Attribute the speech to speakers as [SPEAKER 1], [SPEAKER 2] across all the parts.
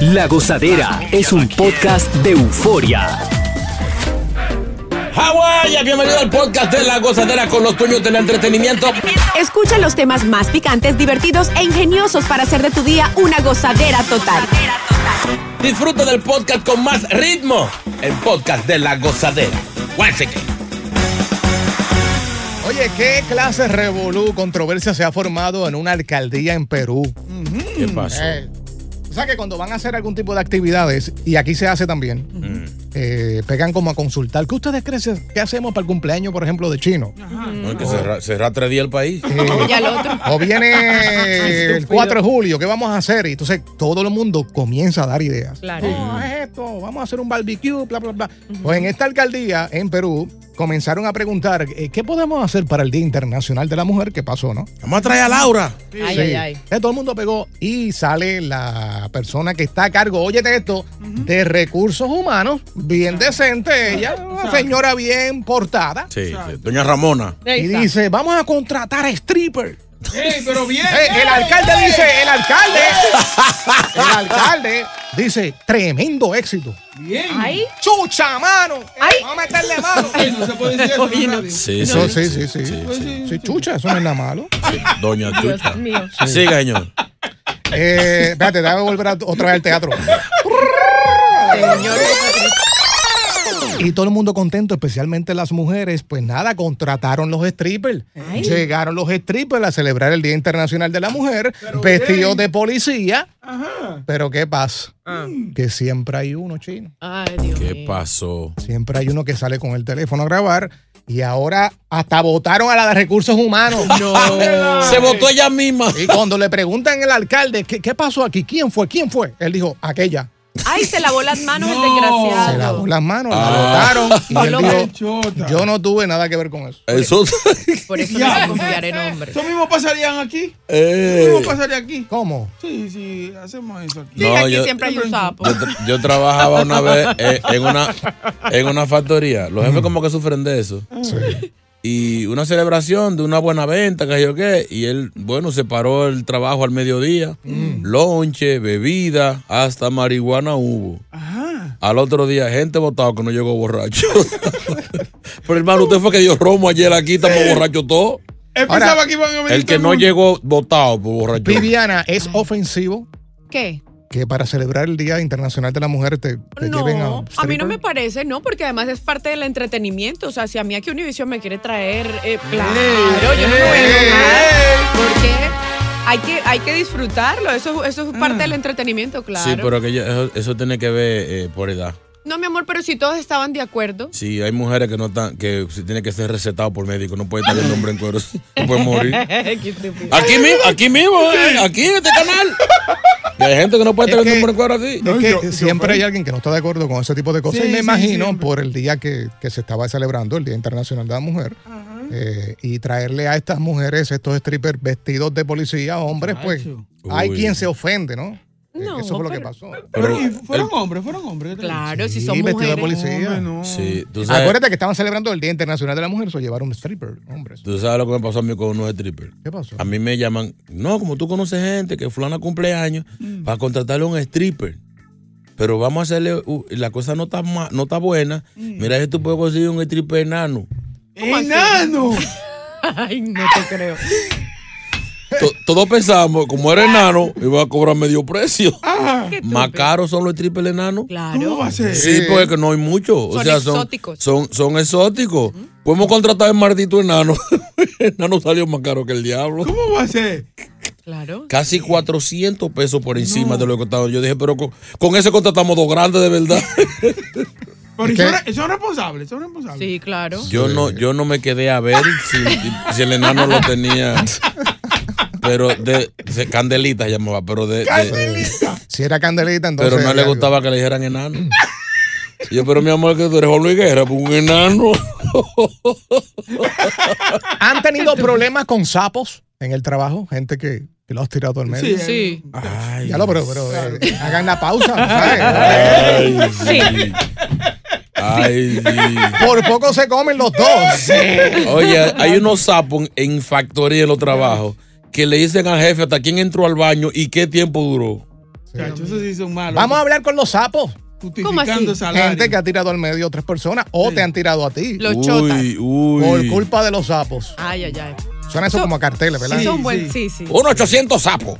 [SPEAKER 1] La Gozadera es un podcast de euforia.
[SPEAKER 2] Hawái, bienvenido al podcast de La Gozadera con los dueños del entretenimiento.
[SPEAKER 3] Escucha los temas más picantes, divertidos e ingeniosos para hacer de tu día una gozadera total.
[SPEAKER 2] Disfruta del podcast con más ritmo. El podcast de La Gozadera. Guáseque.
[SPEAKER 4] Oye, ¿qué clase de revolú, controversia se ha formado en una alcaldía en Perú?
[SPEAKER 2] ¿Qué pasó?
[SPEAKER 4] Eh, o sea que cuando van a hacer algún tipo de actividades, y aquí se hace también, eh, pegan como a consultar. ¿Qué ustedes creen que hacemos para el cumpleaños, por ejemplo, de chino?
[SPEAKER 5] Mm.
[SPEAKER 2] No, hay que cerrar, cerrar tres días el país.
[SPEAKER 4] Eh,
[SPEAKER 3] Y al otro.
[SPEAKER 4] o viene el 4 de julio, ¿qué vamos a hacer? Y entonces todo el mundo comienza a dar ideas.
[SPEAKER 5] Claro.
[SPEAKER 4] No, es esto, vamos a hacer un barbecue, bla, bla, bla. Pues en esta alcaldía, en Perú, comenzaron a preguntar, eh, ¿qué podemos hacer para el Día Internacional de la Mujer? ¿Qué pasó, no?
[SPEAKER 2] Vamos a traer a Laura.
[SPEAKER 5] Ay,
[SPEAKER 4] Sí.
[SPEAKER 5] ay, ay.
[SPEAKER 4] Entonces, todo el mundo pegó y sale la persona que está a cargo, óyete esto, de recursos humanos,
[SPEAKER 5] Ah.
[SPEAKER 4] bien decente ella, una señora bien portada.
[SPEAKER 2] Sí, sí, doña Ramona.
[SPEAKER 5] Ahí
[SPEAKER 4] Y
[SPEAKER 5] está.
[SPEAKER 4] dice, vamos a contratar a stripper.
[SPEAKER 2] pero bien.
[SPEAKER 4] Eh, el alcalde dice, el alcalde,
[SPEAKER 5] ¡Eh!
[SPEAKER 4] el alcalde dice, tremendo éxito.
[SPEAKER 5] Ay,
[SPEAKER 4] ¡Chucha, mano!
[SPEAKER 5] Ay.
[SPEAKER 4] ¡Vamos a meterle mano!
[SPEAKER 2] Sí,
[SPEAKER 4] Eso,
[SPEAKER 2] sí,
[SPEAKER 4] sí, sí, sí.
[SPEAKER 2] sí, sí.
[SPEAKER 4] Sí, chucha, eso no es nada malo.
[SPEAKER 2] Doña Chucha.
[SPEAKER 5] Dios mío.
[SPEAKER 2] Siga, señor.
[SPEAKER 4] Eh, espérate, déjame volver a- otra vez al teatro. Y todo el mundo contento, especialmente las mujeres. Pues nada, contrataron los strippers. Llegaron los strippers a celebrar el Día Internacional de la Mujer, vestidos de policía. Pero qué pasa, que siempre hay uno chino.
[SPEAKER 5] Ay, Dios
[SPEAKER 2] ¿Qué
[SPEAKER 5] mío.
[SPEAKER 2] pasó?
[SPEAKER 4] Siempre hay uno que sale con el teléfono a grabar. Y ahora hasta votaron a la de recursos humanos.
[SPEAKER 2] Se votó ella misma.
[SPEAKER 4] Y cuando le preguntan al alcalde, ¿qué, qué pasó aquí? ¿Quién fue? ¿Quién fue? Él dijo, aquella.
[SPEAKER 3] Ay, se lavó las manos el
[SPEAKER 4] Se lavó
[SPEAKER 3] desgraciado.
[SPEAKER 4] las manos,
[SPEAKER 2] Ah.
[SPEAKER 4] la botaron. Y
[SPEAKER 3] Lo
[SPEAKER 4] él dijo, yo no tuve nada que ver con eso.
[SPEAKER 2] Eso.
[SPEAKER 5] Por eso no voy a confiar en hombres.
[SPEAKER 6] Eso mismo pasarían aquí.
[SPEAKER 2] Eh.
[SPEAKER 6] Eso mismo pasaría aquí.
[SPEAKER 4] ¿Cómo?
[SPEAKER 6] Sí, sí, hacemos eso aquí.
[SPEAKER 3] Sí,
[SPEAKER 2] No,
[SPEAKER 3] aquí
[SPEAKER 2] yo-
[SPEAKER 3] siempre hay un sapo.
[SPEAKER 2] Yo, tra- yo trabajaba una vez eh, en, una, en una factoría. Los jefes como que sufren de eso.
[SPEAKER 3] Ah.
[SPEAKER 2] Y una celebración de una buena venta, que yo qué. Y él, bueno, se paró el trabajo al mediodía.
[SPEAKER 6] Mm.
[SPEAKER 2] Lonche, bebida, hasta marihuana hubo.
[SPEAKER 6] Ajá.
[SPEAKER 2] Al otro día, gente votada que no llegó borracho. Pero hermano, usted fue que dio romo ayer aquí, estamos borrachos todos.
[SPEAKER 6] Él
[SPEAKER 4] Ahora,
[SPEAKER 6] pensaba que iban a venir
[SPEAKER 2] El que
[SPEAKER 6] todo
[SPEAKER 2] no
[SPEAKER 6] mundo.
[SPEAKER 2] llegó votado por borracho.
[SPEAKER 4] Viviana, es ofensivo
[SPEAKER 3] ¿Qué?
[SPEAKER 4] que para celebrar el Día Internacional de la Mujer te, te lleven a.
[SPEAKER 3] No,
[SPEAKER 4] un
[SPEAKER 3] a mí no
[SPEAKER 4] stripper?
[SPEAKER 3] me parece, no, porque además es parte del entretenimiento. O sea, si a mí aquí Univision me quiere traer, eh, claro, yo
[SPEAKER 6] eh,
[SPEAKER 3] no me voy a enojar, Porque hay que, hay que disfrutarlo. Eso, eso es parte del entretenimiento, claro.
[SPEAKER 2] Sí, pero que ya- eso, eso tiene que ver eh, por edad.
[SPEAKER 3] No, mi amor, pero si todos estaban de acuerdo.
[SPEAKER 2] Sí, hay mujeres que no están, que se tiene que ser recetado por médico, no puede estar el hombre en cuero, no puede morir. Aquí mismo, aquí mismo, eh, aquí en este canal. Y hay gente que no puede
[SPEAKER 4] Es
[SPEAKER 2] estar el
[SPEAKER 4] que-
[SPEAKER 2] hombre en cuero así.
[SPEAKER 4] Es
[SPEAKER 6] No,
[SPEAKER 4] que
[SPEAKER 6] yo- yo
[SPEAKER 4] siempre
[SPEAKER 6] fui.
[SPEAKER 4] hay alguien que no está de acuerdo con ese tipo de cosas.
[SPEAKER 6] Sí,
[SPEAKER 4] y me
[SPEAKER 6] sí,
[SPEAKER 4] imagino
[SPEAKER 6] siempre.
[SPEAKER 4] por el día que, que se estaba celebrando, el Día Internacional de la Mujer, eh, y traerle a estas mujeres, estos strippers vestidos de policía, hombres, pues
[SPEAKER 6] Chacho.
[SPEAKER 4] hay
[SPEAKER 2] Uy.
[SPEAKER 4] quien se ofende, ¿no? Eh,
[SPEAKER 3] No,
[SPEAKER 4] Eso fue lo que
[SPEAKER 3] pero-
[SPEAKER 4] pasó.
[SPEAKER 2] Pero
[SPEAKER 6] Pero, ¿y fueron
[SPEAKER 2] el-
[SPEAKER 6] hombres, fueron hombres.
[SPEAKER 3] Claro, si
[SPEAKER 4] Sí,
[SPEAKER 3] son
[SPEAKER 4] vestido de
[SPEAKER 3] mujeres.
[SPEAKER 4] policía.
[SPEAKER 6] Hombre, no.
[SPEAKER 2] sí, tú sabes,
[SPEAKER 4] Acuérdate que estaban celebrando el Día Internacional de la Mujer, eso llevaron stripper, hombres.
[SPEAKER 2] tú sabes lo que me pasó a mí con unos strippers.
[SPEAKER 4] ¿Qué pasó?
[SPEAKER 2] A mí me llaman, no, como tú conoces gente que fulana cumpleaños, para contratarle un stripper. Pero vamos a hacerle, uh, la cosa no está ma- no está buena. Mira si tú puedes conseguir un stripper enano.
[SPEAKER 6] ¡Enano!
[SPEAKER 5] Ay, no te creo.
[SPEAKER 2] To- Todos pensamos, como era enano, iba a cobrar medio precio.
[SPEAKER 6] Ajá.
[SPEAKER 2] Más caros son los strippers enanos.
[SPEAKER 6] Ah, ¿Cómo
[SPEAKER 3] Claro.
[SPEAKER 6] va a ser?
[SPEAKER 2] Sí, porque que no hay muchos. O
[SPEAKER 3] Son
[SPEAKER 2] sea, son
[SPEAKER 3] exóticos.
[SPEAKER 2] Son, son exóticos. Podemos contratar el maldito enano. el enano salió más caro que el diablo.
[SPEAKER 6] ¿Cómo va a ser?
[SPEAKER 3] Claro.
[SPEAKER 2] Casi 400 pesos por encima de lo que estaba. Yo dije, pero con, con ese contratamos dos grandes de verdad.
[SPEAKER 6] Pero
[SPEAKER 4] ¿Qué?
[SPEAKER 6] son, re- son responsables, son responsables.
[SPEAKER 3] Sí, claro.
[SPEAKER 2] yo no yo no me quedé a ver si, si el enano lo tenía. Pero de, de- Candelita se llamaba, pero de- de,
[SPEAKER 4] Si era candelita, entonces.
[SPEAKER 2] Pero no le
[SPEAKER 4] algo.
[SPEAKER 2] gustaba que le dijeran enano. Y Yo, pero mi amor, que tú eres Juan Luis Guerra, pues un enano.
[SPEAKER 4] ¿Han tenido problemas con sapos en el trabajo? Gente que, que lo has tirado al medio.
[SPEAKER 6] Sí. eh,
[SPEAKER 3] Sí.
[SPEAKER 2] Ay,
[SPEAKER 4] Ya lo, pero, pero eh, hagan la pausa, ¿sabes?
[SPEAKER 2] sí. Ay, sí.
[SPEAKER 4] Por poco se comen los dos.
[SPEAKER 2] Oye, hay unos sapos en, en factoría en los trabajos que le dicen al jefe hasta quién entró al baño y qué tiempo duró.
[SPEAKER 6] Chacho, esos sí son malos.
[SPEAKER 4] Vamos a hablar con los
[SPEAKER 3] ¿Cómo
[SPEAKER 4] sapos.
[SPEAKER 3] así?
[SPEAKER 6] Justificando salario.
[SPEAKER 4] Gente que ha tirado al medio otras personas o te han tirado a ti.
[SPEAKER 3] Los chotas.
[SPEAKER 2] Uy, uy.
[SPEAKER 4] Por culpa de los sapos.
[SPEAKER 3] Ay, ay, ay.
[SPEAKER 4] Suena eso
[SPEAKER 3] Eso-
[SPEAKER 4] como a carteles, ¿verdad?
[SPEAKER 3] Sí, son
[SPEAKER 6] Sí,
[SPEAKER 3] buen, sí,
[SPEAKER 4] Oh.
[SPEAKER 3] sí.
[SPEAKER 2] Un 800 sapo.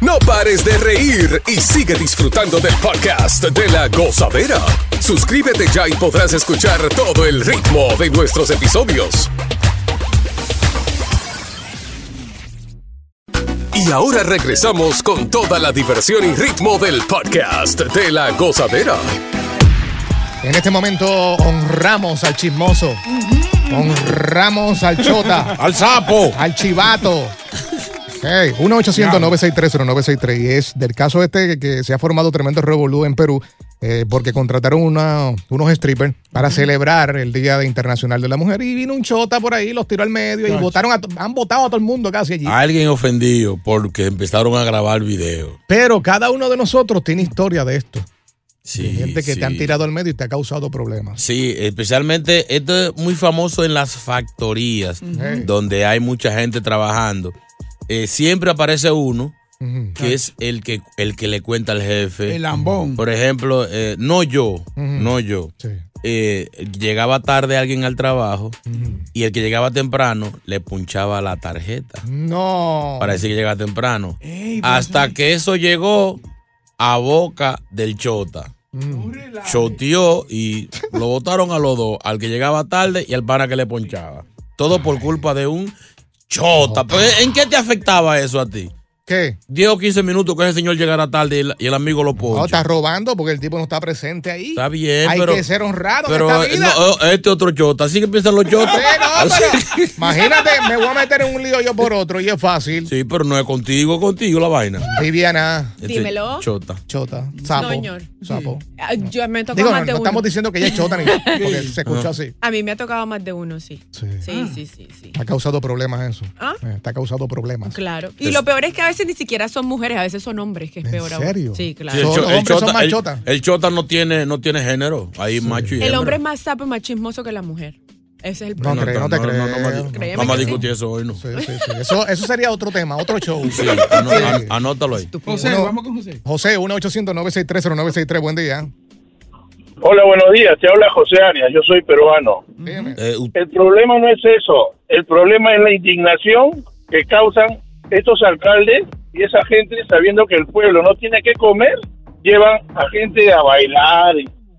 [SPEAKER 7] No pares de reír y sigue disfrutando del podcast de la gozadera. Suscríbete ya y podrás escuchar todo el ritmo de nuestros episodios. Y ahora regresamos con toda la diversión y ritmo del podcast de la gozadera.
[SPEAKER 4] En este momento honramos al chismoso. Honramos al chota.
[SPEAKER 2] Al sapo.
[SPEAKER 4] al chivato. Hey, 1-800-963-0963. Y es del caso este que, que se ha formado tremendo revolú en Perú eh, porque contrataron una- unos strippers para celebrar el Día Internacional de la Mujer. Y vino un chota por ahí, los tiró al medio y votaron a to- han votado a todo el mundo casi allí.
[SPEAKER 2] Alguien ofendido porque empezaron a grabar video.
[SPEAKER 4] Pero cada uno de nosotros tiene historia de esto.
[SPEAKER 2] Sí,
[SPEAKER 4] Gente que
[SPEAKER 2] sí.
[SPEAKER 4] te han tirado al medio y te ha causado problemas.
[SPEAKER 2] Sí, especialmente esto es muy famoso en las factorías,
[SPEAKER 4] Hey.
[SPEAKER 2] donde hay mucha gente trabajando. Eh, siempre aparece uno
[SPEAKER 4] Ujú,
[SPEAKER 2] que es el que el que le cuenta al jefe.
[SPEAKER 6] El lambón.
[SPEAKER 2] Por ejemplo, eh, no yo, no yo.
[SPEAKER 4] sí.
[SPEAKER 2] eh, llegaba tarde alguien al trabajo y el que llegaba temprano le punchaba la tarjeta
[SPEAKER 4] No.
[SPEAKER 2] para decir que llegaba temprano.
[SPEAKER 6] Ey, pero
[SPEAKER 2] Hasta que eso llegó a boca del chota.
[SPEAKER 4] Mm.
[SPEAKER 2] Choteó y lo botaron a los dos, al que llegaba tarde y al pana que le ponchaba. Todo por culpa de un chota. Pero, ¿En qué te afectaba eso a ti?
[SPEAKER 4] ¿Qué?
[SPEAKER 2] 10 o 15 minutos que ese señor llegara tarde y el, y el amigo lo
[SPEAKER 4] No,
[SPEAKER 2] poncha.
[SPEAKER 4] estás robando porque el tipo no está presente ahí.
[SPEAKER 2] Está bien,
[SPEAKER 4] Hay
[SPEAKER 2] pero...
[SPEAKER 4] que ser honrado
[SPEAKER 2] Pero
[SPEAKER 4] en esta vida.
[SPEAKER 2] eh, no, eh, este otro chota, así que empiezan los chotas.
[SPEAKER 4] Sí, no,
[SPEAKER 2] Así-
[SPEAKER 4] pero imagínate, me voy a meter en un lío yo por otro y es fácil.
[SPEAKER 2] Sí, pero no es contigo, contigo la vaina.
[SPEAKER 4] Viviana,
[SPEAKER 2] Este
[SPEAKER 3] Dímelo.
[SPEAKER 2] Chota.
[SPEAKER 4] chota, sapo.
[SPEAKER 3] No, señor.
[SPEAKER 4] Sapo.
[SPEAKER 3] Ah, Yo me he tocado
[SPEAKER 4] Digo, no,
[SPEAKER 3] más de
[SPEAKER 4] no
[SPEAKER 3] uno.
[SPEAKER 4] estamos diciendo que ella es chota ni porque se
[SPEAKER 2] Ah.
[SPEAKER 4] escuchó así.
[SPEAKER 3] A mí me ha tocado más de uno, sí.
[SPEAKER 4] Sí.
[SPEAKER 3] Sí, sí, sí, sí.
[SPEAKER 4] Ha causado problemas eso.
[SPEAKER 3] ¿Ah?
[SPEAKER 4] Eh, Está causando problemas.
[SPEAKER 3] Claro. Y
[SPEAKER 2] Es-
[SPEAKER 3] lo peor es que a veces ni siquiera son mujeres, a veces son hombres, que es
[SPEAKER 4] ¿En
[SPEAKER 3] peor aún.
[SPEAKER 4] serio?
[SPEAKER 3] Sí,
[SPEAKER 2] Sí,
[SPEAKER 3] claro.
[SPEAKER 4] Son- los hombres son más
[SPEAKER 2] el-
[SPEAKER 4] chota.
[SPEAKER 2] el chota no tiene, no tiene género. Ahí macho y
[SPEAKER 3] el
[SPEAKER 2] hembra.
[SPEAKER 3] hombre es más sapo y más chismoso que la mujer. Ese es el
[SPEAKER 4] No
[SPEAKER 3] problema.
[SPEAKER 4] creo, no te creo.
[SPEAKER 2] no, no, no,
[SPEAKER 3] Créeme
[SPEAKER 2] Vamos a
[SPEAKER 3] que sí.
[SPEAKER 2] discutir eso hoy, ¿no?
[SPEAKER 4] Sí, sí, sí. Eso, eso sería otro tema, otro show.
[SPEAKER 2] Sí, ano- an- anótalo ahí.
[SPEAKER 6] José,
[SPEAKER 4] Uno-
[SPEAKER 6] vamos con José.
[SPEAKER 4] José, 1 800 963 Buen día.
[SPEAKER 8] Hola, buenos días. Te habla José Arias. Yo soy peruano.
[SPEAKER 4] Dígame.
[SPEAKER 2] Eh, u-
[SPEAKER 8] El problema no es eso. El problema es la indignación que causan estos alcaldes y esa gente sabiendo que el pueblo no tiene que comer, llevan a gente a bailar.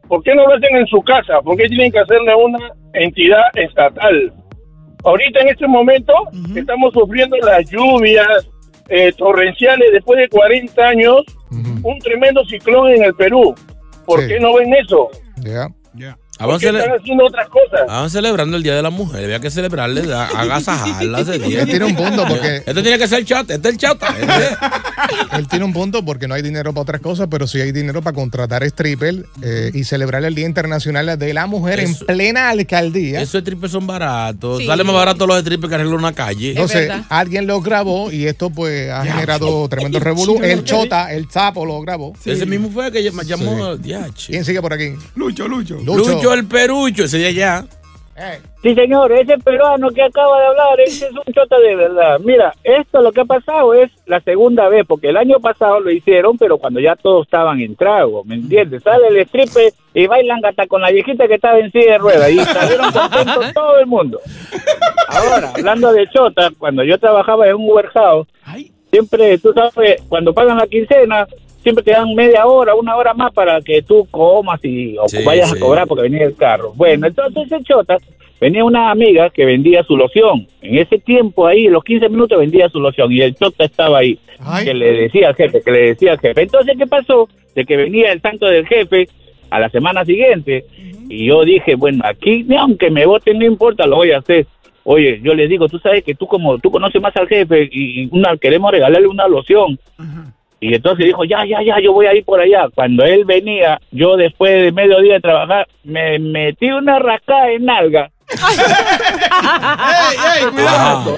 [SPEAKER 8] ¿Por qué no lo hacen en su casa? ¿Por qué tienen que hacerle a una entidad estatal? Ahorita en este momento estamos sufriendo las lluvias eh, torrenciales después de 40 años, un tremendo ciclón en el Perú. ¿Por
[SPEAKER 4] Sí.
[SPEAKER 8] qué no ven eso?
[SPEAKER 4] Ya.
[SPEAKER 2] Vamos a
[SPEAKER 8] Porque
[SPEAKER 2] cele-
[SPEAKER 8] están haciendo otras cosas.
[SPEAKER 2] vamos celebrando el Día de la Mujer. Había que celebrarle, da- agasajarla ese día.
[SPEAKER 4] Él tiene un punto porque
[SPEAKER 2] Este tiene que ser chata, este es el chata. este-
[SPEAKER 4] él tiene un punto porque no hay dinero para otras cosas, pero sí hay dinero para contratar stripper eh, y celebrar el Día Internacional de la Mujer
[SPEAKER 2] Eso-
[SPEAKER 4] en plena alcaldía.
[SPEAKER 2] Esos strippers son baratos.
[SPEAKER 3] Sí.
[SPEAKER 2] Sale más barato los strippers que arreglar una calle.
[SPEAKER 3] Es
[SPEAKER 4] Entonces,
[SPEAKER 3] verdad.
[SPEAKER 4] alguien lo grabó y esto pues ha generado tremendo revolú. El chota, el sapo lo grabó.
[SPEAKER 2] Ese mismo fue que me llamó DH.
[SPEAKER 4] ¿Quién sigue por aquí?
[SPEAKER 6] Lucho, Lucho.
[SPEAKER 4] Lucho.
[SPEAKER 2] Lucho. el Perucho, ese día ya.
[SPEAKER 4] Eh,
[SPEAKER 8] Sí, señor, ese peruano que acaba de hablar, ese es un chota de verdad. Mira, esto lo que ha pasado es la segunda vez, porque el año pasado lo hicieron, pero cuando ya todos estaban en trago, ¿me entiendes? Sale el stripper y bailan hasta con la viejita que estaba en silla de ruedas y salieron contentos todo el mundo. Ahora, hablando de chota, cuando yo trabajaba en un warehouse,
[SPEAKER 6] Ay,
[SPEAKER 8] siempre, tú sabes, cuando pagan la quincena, siempre te dan media hora, una hora más para que tú comas y o
[SPEAKER 2] Sí,
[SPEAKER 8] vayas
[SPEAKER 2] sí.
[SPEAKER 8] a cobrar porque venía el carro. Bueno, entonces en Chota venía una amiga que vendía su loción. En ese tiempo ahí, los 15 minutos vendía su loción y el Chota estaba ahí.
[SPEAKER 4] Ay.
[SPEAKER 8] Que le decía al jefe, que le decía al jefe. Entonces, ¿qué pasó? De que venía el santo del jefe a la semana siguiente y yo dije, bueno, aquí ni aunque me voten no importa, lo voy a hacer. Oye, yo le digo, tú sabes que tú como tú conoces más al jefe y una, queremos regalarle una loción. Y entonces dijo, ya, ya, ya, yo voy a ir por allá. Cuando él venía, yo después de mediodía de trabajar, me metí una rascada en nalga.
[SPEAKER 6] ey, ey, cuidado.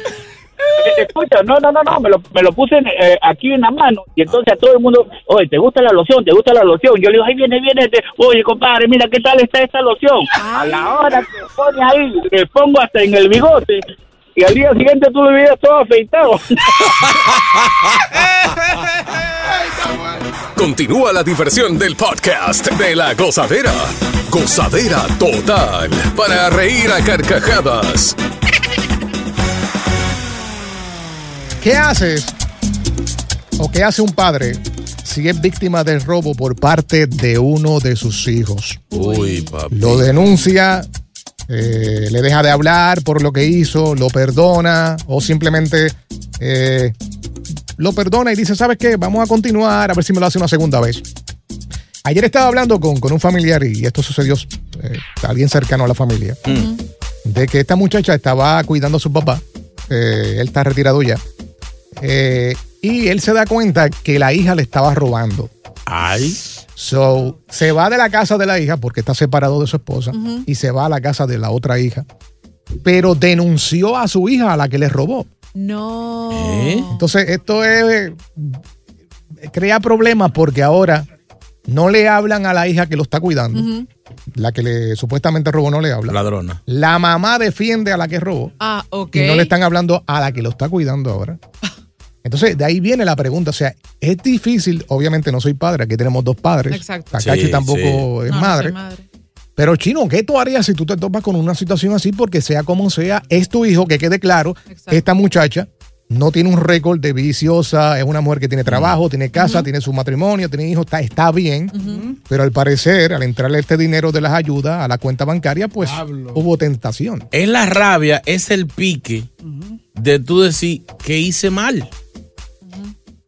[SPEAKER 8] Escucha, no, no, no, no, me lo, me lo puse en, eh, aquí en la mano y entonces a todo el mundo, oye, ¿te gusta la loción? ¿Te gusta la loción? Yo le digo, ahí viene, viene, este, oye, compadre, mira qué tal está esta loción. A la hora que pone ahí, le pongo hasta en el bigote. y al día siguiente tú lo veías todo afeitado.
[SPEAKER 7] Continúa la diversión del podcast de la gozadera. Gozadera total. Para reír a carcajadas.
[SPEAKER 4] ¿Qué haces o qué hace un padre si es víctima de robo por parte de uno de sus hijos?
[SPEAKER 2] Uy, papi.
[SPEAKER 4] Lo denuncia, eh, le deja de hablar por lo que hizo, lo perdona o simplemente eh, lo perdona y dice, ¿sabes qué? Vamos a continuar a ver si me lo hace una segunda vez. Ayer estaba hablando con, con un familiar y esto sucedió eh, a alguien cercano a la familia de que esta muchacha estaba cuidando a su papá. eh, él está retirado ya. Eh, y él se da cuenta que la hija le estaba robando.
[SPEAKER 2] Ay.
[SPEAKER 4] So, se va de la casa de la hija porque está separado de su esposa y se va a la casa de la otra hija. Pero denunció a su hija a la que le robó.
[SPEAKER 3] No.
[SPEAKER 2] ¿Eh?
[SPEAKER 4] Entonces, esto es, eh, crea problemas porque ahora no le hablan a la hija que lo está cuidando. La que le supuestamente robó no le habla. La,
[SPEAKER 2] Ladrona.
[SPEAKER 4] mamá defiende a la que robó.
[SPEAKER 3] Ah, ok.
[SPEAKER 4] Y no le están hablando a la que lo está cuidando ahora. Entonces, de ahí viene la pregunta. O sea, es difícil, obviamente no soy padre, aquí tenemos dos padres.
[SPEAKER 3] Exacto.
[SPEAKER 4] Takashi
[SPEAKER 2] Sí,
[SPEAKER 4] tampoco es
[SPEAKER 3] No, no
[SPEAKER 4] madre.
[SPEAKER 3] soy madre.
[SPEAKER 4] Pero, Chino, ¿qué tú harías si tú te topas con una situación así? Porque sea como sea, es tu hijo, que quede claro,
[SPEAKER 3] Exacto.
[SPEAKER 4] esta muchacha no tiene un récord de viciosa, es una mujer que
[SPEAKER 2] Mm.
[SPEAKER 4] tiene trabajo, tiene casa, tiene su matrimonio, tiene hijos, está, está bien. Pero al parecer, al entrarle este dinero de las ayudas a la cuenta bancaria, pues
[SPEAKER 6] Pablo.
[SPEAKER 4] hubo tentación.
[SPEAKER 2] Es la rabia, es el pique de tú decir que hice mal.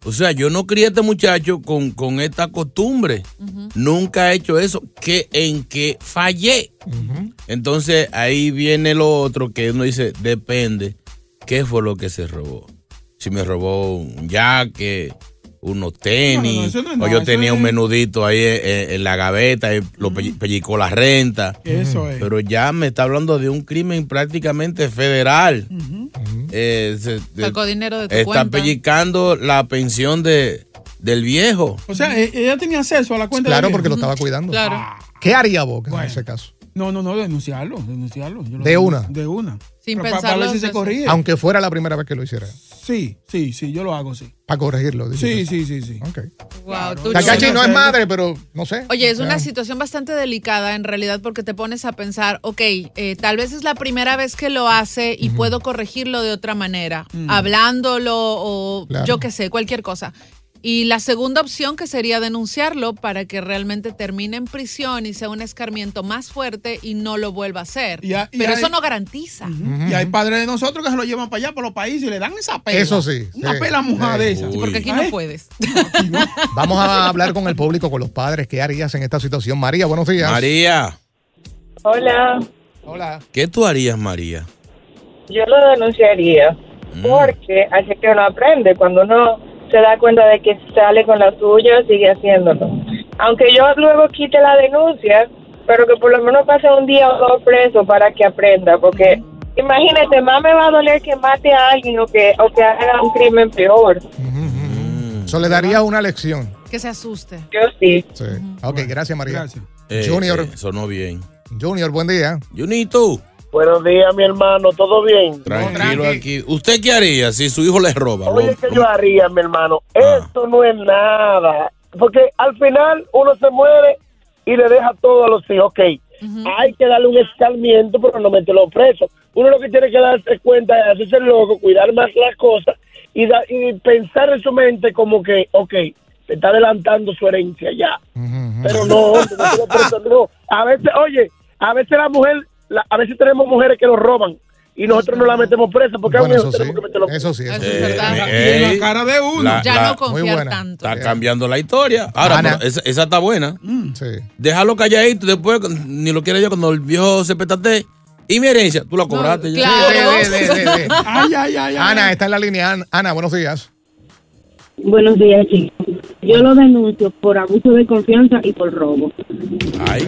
[SPEAKER 2] O sea, yo no crié a este muchacho con, con esta costumbre. Nunca he hecho eso. Que en que fallé. Entonces ahí viene lo otro que uno dice, depende. ¿Qué fue lo que se robó? Si me robó un jaque, unos tenis,
[SPEAKER 6] No, no, no, eso no es
[SPEAKER 2] o
[SPEAKER 6] nada,
[SPEAKER 2] yo
[SPEAKER 6] eso
[SPEAKER 2] tenía un
[SPEAKER 6] es-
[SPEAKER 2] menudito ahí en, en la gaveta, y lo pelli- pellicó la renta.
[SPEAKER 6] Eso es.
[SPEAKER 2] Pero ya me está hablando de un crimen prácticamente federal. Eh, se-
[SPEAKER 3] Sacó dinero de tu
[SPEAKER 2] está
[SPEAKER 3] cuenta.
[SPEAKER 2] pellicando la pensión de, del viejo.
[SPEAKER 6] O sea, e- ella tenía acceso a la cuenta.
[SPEAKER 4] Claro,
[SPEAKER 6] de-
[SPEAKER 4] porque lo estaba cuidando.
[SPEAKER 3] Claro.
[SPEAKER 4] ¿Qué haría Boca en
[SPEAKER 6] Bueno.
[SPEAKER 4] ese caso?
[SPEAKER 6] No, no, no, denunciarlo, denunciarlo. Yo lo-
[SPEAKER 4] De una.
[SPEAKER 6] De una.
[SPEAKER 3] Sin
[SPEAKER 6] Pero
[SPEAKER 3] pensarlo
[SPEAKER 6] pa- Para ver si
[SPEAKER 3] dos
[SPEAKER 6] se
[SPEAKER 3] veces.
[SPEAKER 6] corrige.
[SPEAKER 4] Aunque fuera la primera vez que lo hiciera.
[SPEAKER 6] Sí, sí, sí, yo lo hago, sí.
[SPEAKER 4] Para corregirlo.
[SPEAKER 6] Sí,
[SPEAKER 4] dices.
[SPEAKER 6] sí, sí, sí.
[SPEAKER 4] Ok.
[SPEAKER 3] Wow,
[SPEAKER 6] Claro.
[SPEAKER 3] tú,
[SPEAKER 6] Takashi,
[SPEAKER 4] Takachi
[SPEAKER 3] Chino.
[SPEAKER 4] no es madre, pero no sé.
[SPEAKER 3] Oye, es
[SPEAKER 4] O sea,
[SPEAKER 3] una situación bastante delicada en realidad porque te pones a pensar, ok, eh, tal vez es la primera vez que lo hace y puedo corregirlo de otra manera,
[SPEAKER 6] Mm.
[SPEAKER 3] hablándolo o
[SPEAKER 4] Claro.
[SPEAKER 3] yo qué sé, cualquier cosa. Y la segunda opción que sería denunciarlo para que realmente termine en prisión y sea un escarmiento más fuerte y no lo vuelva a hacer.
[SPEAKER 6] Y a- y
[SPEAKER 3] Pero
[SPEAKER 6] hay-
[SPEAKER 3] eso no garantiza.
[SPEAKER 6] Y hay padres de nosotros que se lo llevan para allá, para los países, y le dan esa pela.
[SPEAKER 4] Eso sí,
[SPEAKER 6] Una
[SPEAKER 4] sí,
[SPEAKER 6] pela mojada
[SPEAKER 4] sí.
[SPEAKER 6] de esa.
[SPEAKER 2] Uy.
[SPEAKER 3] Porque aquí
[SPEAKER 6] Ay.
[SPEAKER 3] no puedes.
[SPEAKER 4] Vamos a hablar con el público, con los padres. ¿Qué harías en esta situación? María, buenos días.
[SPEAKER 2] María,
[SPEAKER 9] Hola,
[SPEAKER 4] Hola.
[SPEAKER 2] ¿qué tú harías, María? Mm,
[SPEAKER 9] yo lo denunciaría porque hace que uno aprende. Cuando uno se da cuenta de que sale con la suya, sigue haciéndolo. Aunque yo luego quite la denuncia, pero que por lo menos pase un día o dos preso para que aprenda. Porque imagínate, más me va a doler que mate a alguien o que, o que haga un crimen peor.
[SPEAKER 4] Eso le daría una lección.
[SPEAKER 3] Que se asuste.
[SPEAKER 9] Yo sí.
[SPEAKER 4] Sí. Ok, gracias, María.
[SPEAKER 6] Gracias.
[SPEAKER 2] Eh,
[SPEAKER 4] Junior.
[SPEAKER 2] eh, sonó bien.
[SPEAKER 4] Junior, buen día.
[SPEAKER 2] Junito,
[SPEAKER 8] Buenos días, mi hermano, ¿todo bien?
[SPEAKER 2] tranquilo aquí. ¿Usted qué haría si su hijo le roba?
[SPEAKER 8] Oye,
[SPEAKER 2] Lo-
[SPEAKER 8] ¿qué yo haría, mi hermano?
[SPEAKER 2] Ah.
[SPEAKER 8] Esto no es nada. Porque al final uno se muere y le deja todo a los hijos. Ok, hay que darle un escarmiento, pero no meterlo preso. Uno lo que tiene que darse cuenta es hacerse loco, cuidar más las cosas y, da- y pensar en su mente como que, ok, se está adelantando su herencia ya. Pero no, hombre, no tiene preso, no. A veces, oye, a veces la mujer, la- a veces tenemos mujeres que nos roban y nosotros no la metemos presa porque a un
[SPEAKER 4] Bueno,
[SPEAKER 8] hijo
[SPEAKER 4] eso sí.
[SPEAKER 8] tenemos que meterlo preso.
[SPEAKER 4] Eso sí, eso
[SPEAKER 3] Eso
[SPEAKER 4] sí.
[SPEAKER 3] es verdad.
[SPEAKER 2] eh, me-
[SPEAKER 6] Y en
[SPEAKER 2] ey,
[SPEAKER 6] Ah, la cara de uno.
[SPEAKER 2] la-
[SPEAKER 3] Ya
[SPEAKER 2] la-
[SPEAKER 3] no confiar
[SPEAKER 4] buena.
[SPEAKER 3] tanto.
[SPEAKER 2] Está cambiando la historia. Ahora,
[SPEAKER 4] Ana. Mm.
[SPEAKER 2] pero esa, esa está buena.
[SPEAKER 4] Sí.
[SPEAKER 2] Déjalo calladito. Después, ni lo quiera yo, cuando el viejo se petate. Y mi herencia, tú la cobraste. ya.
[SPEAKER 3] claro.
[SPEAKER 4] Ve, ve, ve, ve, ve.
[SPEAKER 6] Ay, ay, ay, ay.
[SPEAKER 4] Ana, está en la línea. An- Ana, buenos días.
[SPEAKER 10] Buenos días, chicos. Yo lo denuncio por abuso de confianza y por robo.
[SPEAKER 2] Ay.